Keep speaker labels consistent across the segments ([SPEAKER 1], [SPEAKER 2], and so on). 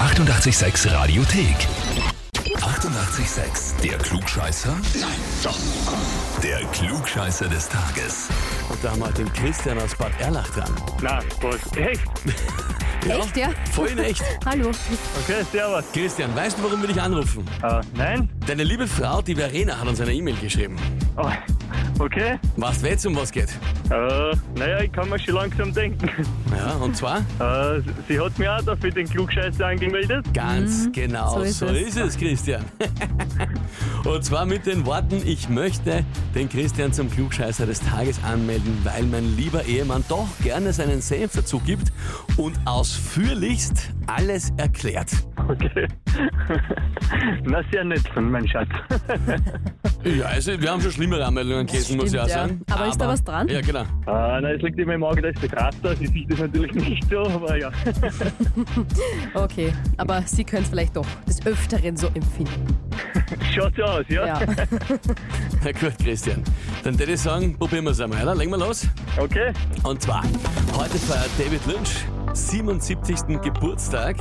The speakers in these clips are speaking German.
[SPEAKER 1] 886 Radiothek. 88,6. Der Klugscheißer? Nein, doch. Der Klugscheißer des Tages.
[SPEAKER 2] Und da haben wir halt den Christian aus Bad Erlach dran.
[SPEAKER 3] Na, was? Echt?
[SPEAKER 4] Echt, ja?
[SPEAKER 2] Voll in echt.
[SPEAKER 4] Hallo.
[SPEAKER 3] Okay, servus.
[SPEAKER 2] Christian, weißt du, warum wir dich anrufen?
[SPEAKER 3] Äh, nein?
[SPEAKER 2] Deine liebe Frau, die Verena, hat uns eine E-Mail geschrieben.
[SPEAKER 3] Oh, okay.
[SPEAKER 2] Was jetzt um was geht?
[SPEAKER 3] Äh, naja, ich kann mir schon langsam denken.
[SPEAKER 2] Ja, und zwar
[SPEAKER 3] Äh, sie hat mich auch dafür den Klugscheißer angemeldet.
[SPEAKER 2] ganz genau
[SPEAKER 4] Mhm. so ist
[SPEAKER 2] so
[SPEAKER 4] es.
[SPEAKER 2] ist es, Christian. und zwar mit den Worten, ich möchte den Christian zum Klugscheißer des Tages anmelden, weil mein lieber Ehemann doch gerne seinen Senf dazu gibt und ausführlichst alles erklärt.
[SPEAKER 3] Okay. Na, sehr nett von meinem Schatz. Äh,
[SPEAKER 2] Ja, also wir haben schon schlimmere Anmeldungen gelesen, muss ich auch
[SPEAKER 4] Stimmt, ja.
[SPEAKER 2] sagen.
[SPEAKER 4] Aber ist da was dran?
[SPEAKER 2] Ja, genau.
[SPEAKER 3] Äh, na, es liegt in meinem Auge, da ist der Krater. Sie sieht das natürlich nicht so, aber ja.
[SPEAKER 4] Okay, aber Sie können es vielleicht doch des Öfteren so empfinden.
[SPEAKER 3] Schaut so aus, ja?
[SPEAKER 4] Ja.
[SPEAKER 2] Na gut, Christian. Dann würde ich sagen, probieren wir es einmal, oder? Legen wir los.
[SPEAKER 3] Okay.
[SPEAKER 2] Und zwar, heute feiert David Lynch 77. Geburtstag.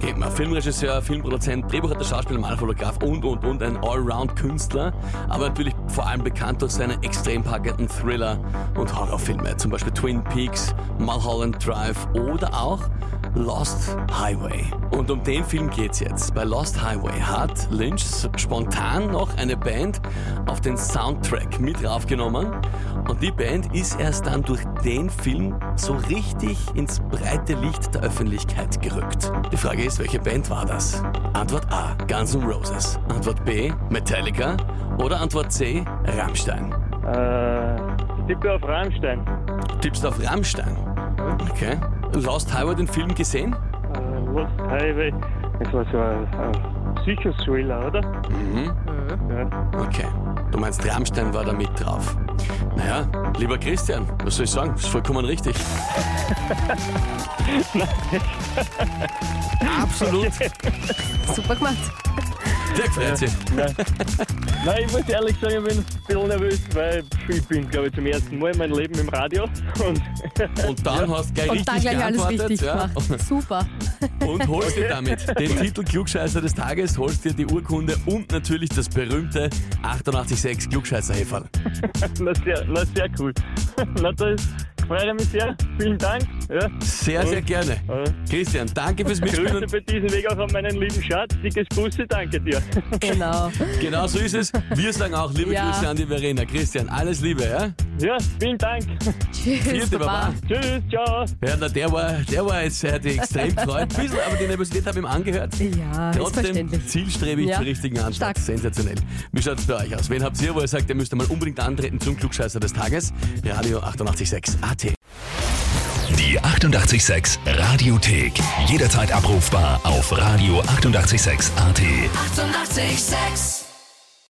[SPEAKER 2] Kennt man Filmregisseur, Filmproduzent, Drehbuchautor, Schauspieler, Malfotograf und, und, und, ein Allround-Künstler. Aber natürlich vor allem bekannt durch seine extrem packenden Thriller und Horrorfilme. Zum Beispiel Twin Peaks, Mulholland Drive oder auch Lost Highway. Und um den Film geht's jetzt. Bei Lost Highway hat Lynch s- spontan noch eine Band auf den Soundtrack mit raufgenommen. Und die Band ist erst dann durch den Film so richtig ins breite Licht der Öffentlichkeit gerückt. Die Frage ist, welche Band war das? Antwort A, Guns N' Roses. Antwort B, Metallica. Oder Antwort C, Rammstein.
[SPEAKER 3] Äh, ich tippe auf Rammstein.
[SPEAKER 2] Tippst auf Rammstein. Okay. Lost Highway den Film gesehen?
[SPEAKER 3] Äh, Lost Highway. Das war so ein, ein Psychothriller, oder?
[SPEAKER 2] Mhm.
[SPEAKER 3] Ja.
[SPEAKER 2] Okay. Du meinst, Rammstein war da mit drauf. Naja, lieber Christian, was soll ich sagen? Ist vollkommen richtig. Absolut.
[SPEAKER 4] Super gemacht.
[SPEAKER 2] Der freut sich.
[SPEAKER 3] Nein, ich muss ehrlich sagen, ich bin ein bisschen nervös, weil pff, ich bin, glaube ich, zum ersten Mal in meinem Leben im Radio. Und
[SPEAKER 2] Und dann hast du gleich
[SPEAKER 4] Und
[SPEAKER 2] richtig
[SPEAKER 4] dann gleich alles
[SPEAKER 2] geantwortet
[SPEAKER 4] richtig
[SPEAKER 2] ja,
[SPEAKER 4] gemacht. Super.
[SPEAKER 2] und holst dir damit den Titel Klugscheißer des Tages, holst dir die Urkunde und natürlich das berühmte 886 Klugscheißer-Heferl.
[SPEAKER 3] na, sehr, na, sehr cool. Na, das freue ich mich sehr. Vielen Dank. Ja.
[SPEAKER 2] Sehr, sehr gerne.
[SPEAKER 3] Äh,
[SPEAKER 2] Christian, danke fürs Mitspielen.
[SPEAKER 3] Grüße bei diesem Weg auch an meinen lieben Schatz. Dickes Busse, danke dir.
[SPEAKER 4] Genau.
[SPEAKER 2] Genau so ist es. Wir sagen auch liebe
[SPEAKER 4] Ja.
[SPEAKER 2] Grüße an die Verena. Christian, alles Liebe, ja?
[SPEAKER 3] Ja, vielen Dank.
[SPEAKER 4] Tschüss.
[SPEAKER 2] Vierte Baba.
[SPEAKER 3] Tschüss, ciao.
[SPEAKER 2] Ja, na, der war, der war jetzt, der hat dich extrem gefreut. Ein bisschen, aber die Nervosität habe ich ihm angehört.
[SPEAKER 4] Ja, ist
[SPEAKER 2] Trotzdem
[SPEAKER 4] verständlich.
[SPEAKER 2] zielstrebig
[SPEAKER 4] Ja.
[SPEAKER 2] zur richtigen Antwort.
[SPEAKER 4] Stark.
[SPEAKER 2] Sensationell. Wie schaut's bei euch aus? Wen habt ihr, wo ihr sagt, ihr müsst mal unbedingt antreten zum Klugscheißer des Tages? Radio 886 AT.
[SPEAKER 1] Die 88,6 Radiothek. Jederzeit abrufbar auf radio886.at. 88,6.
[SPEAKER 5] 886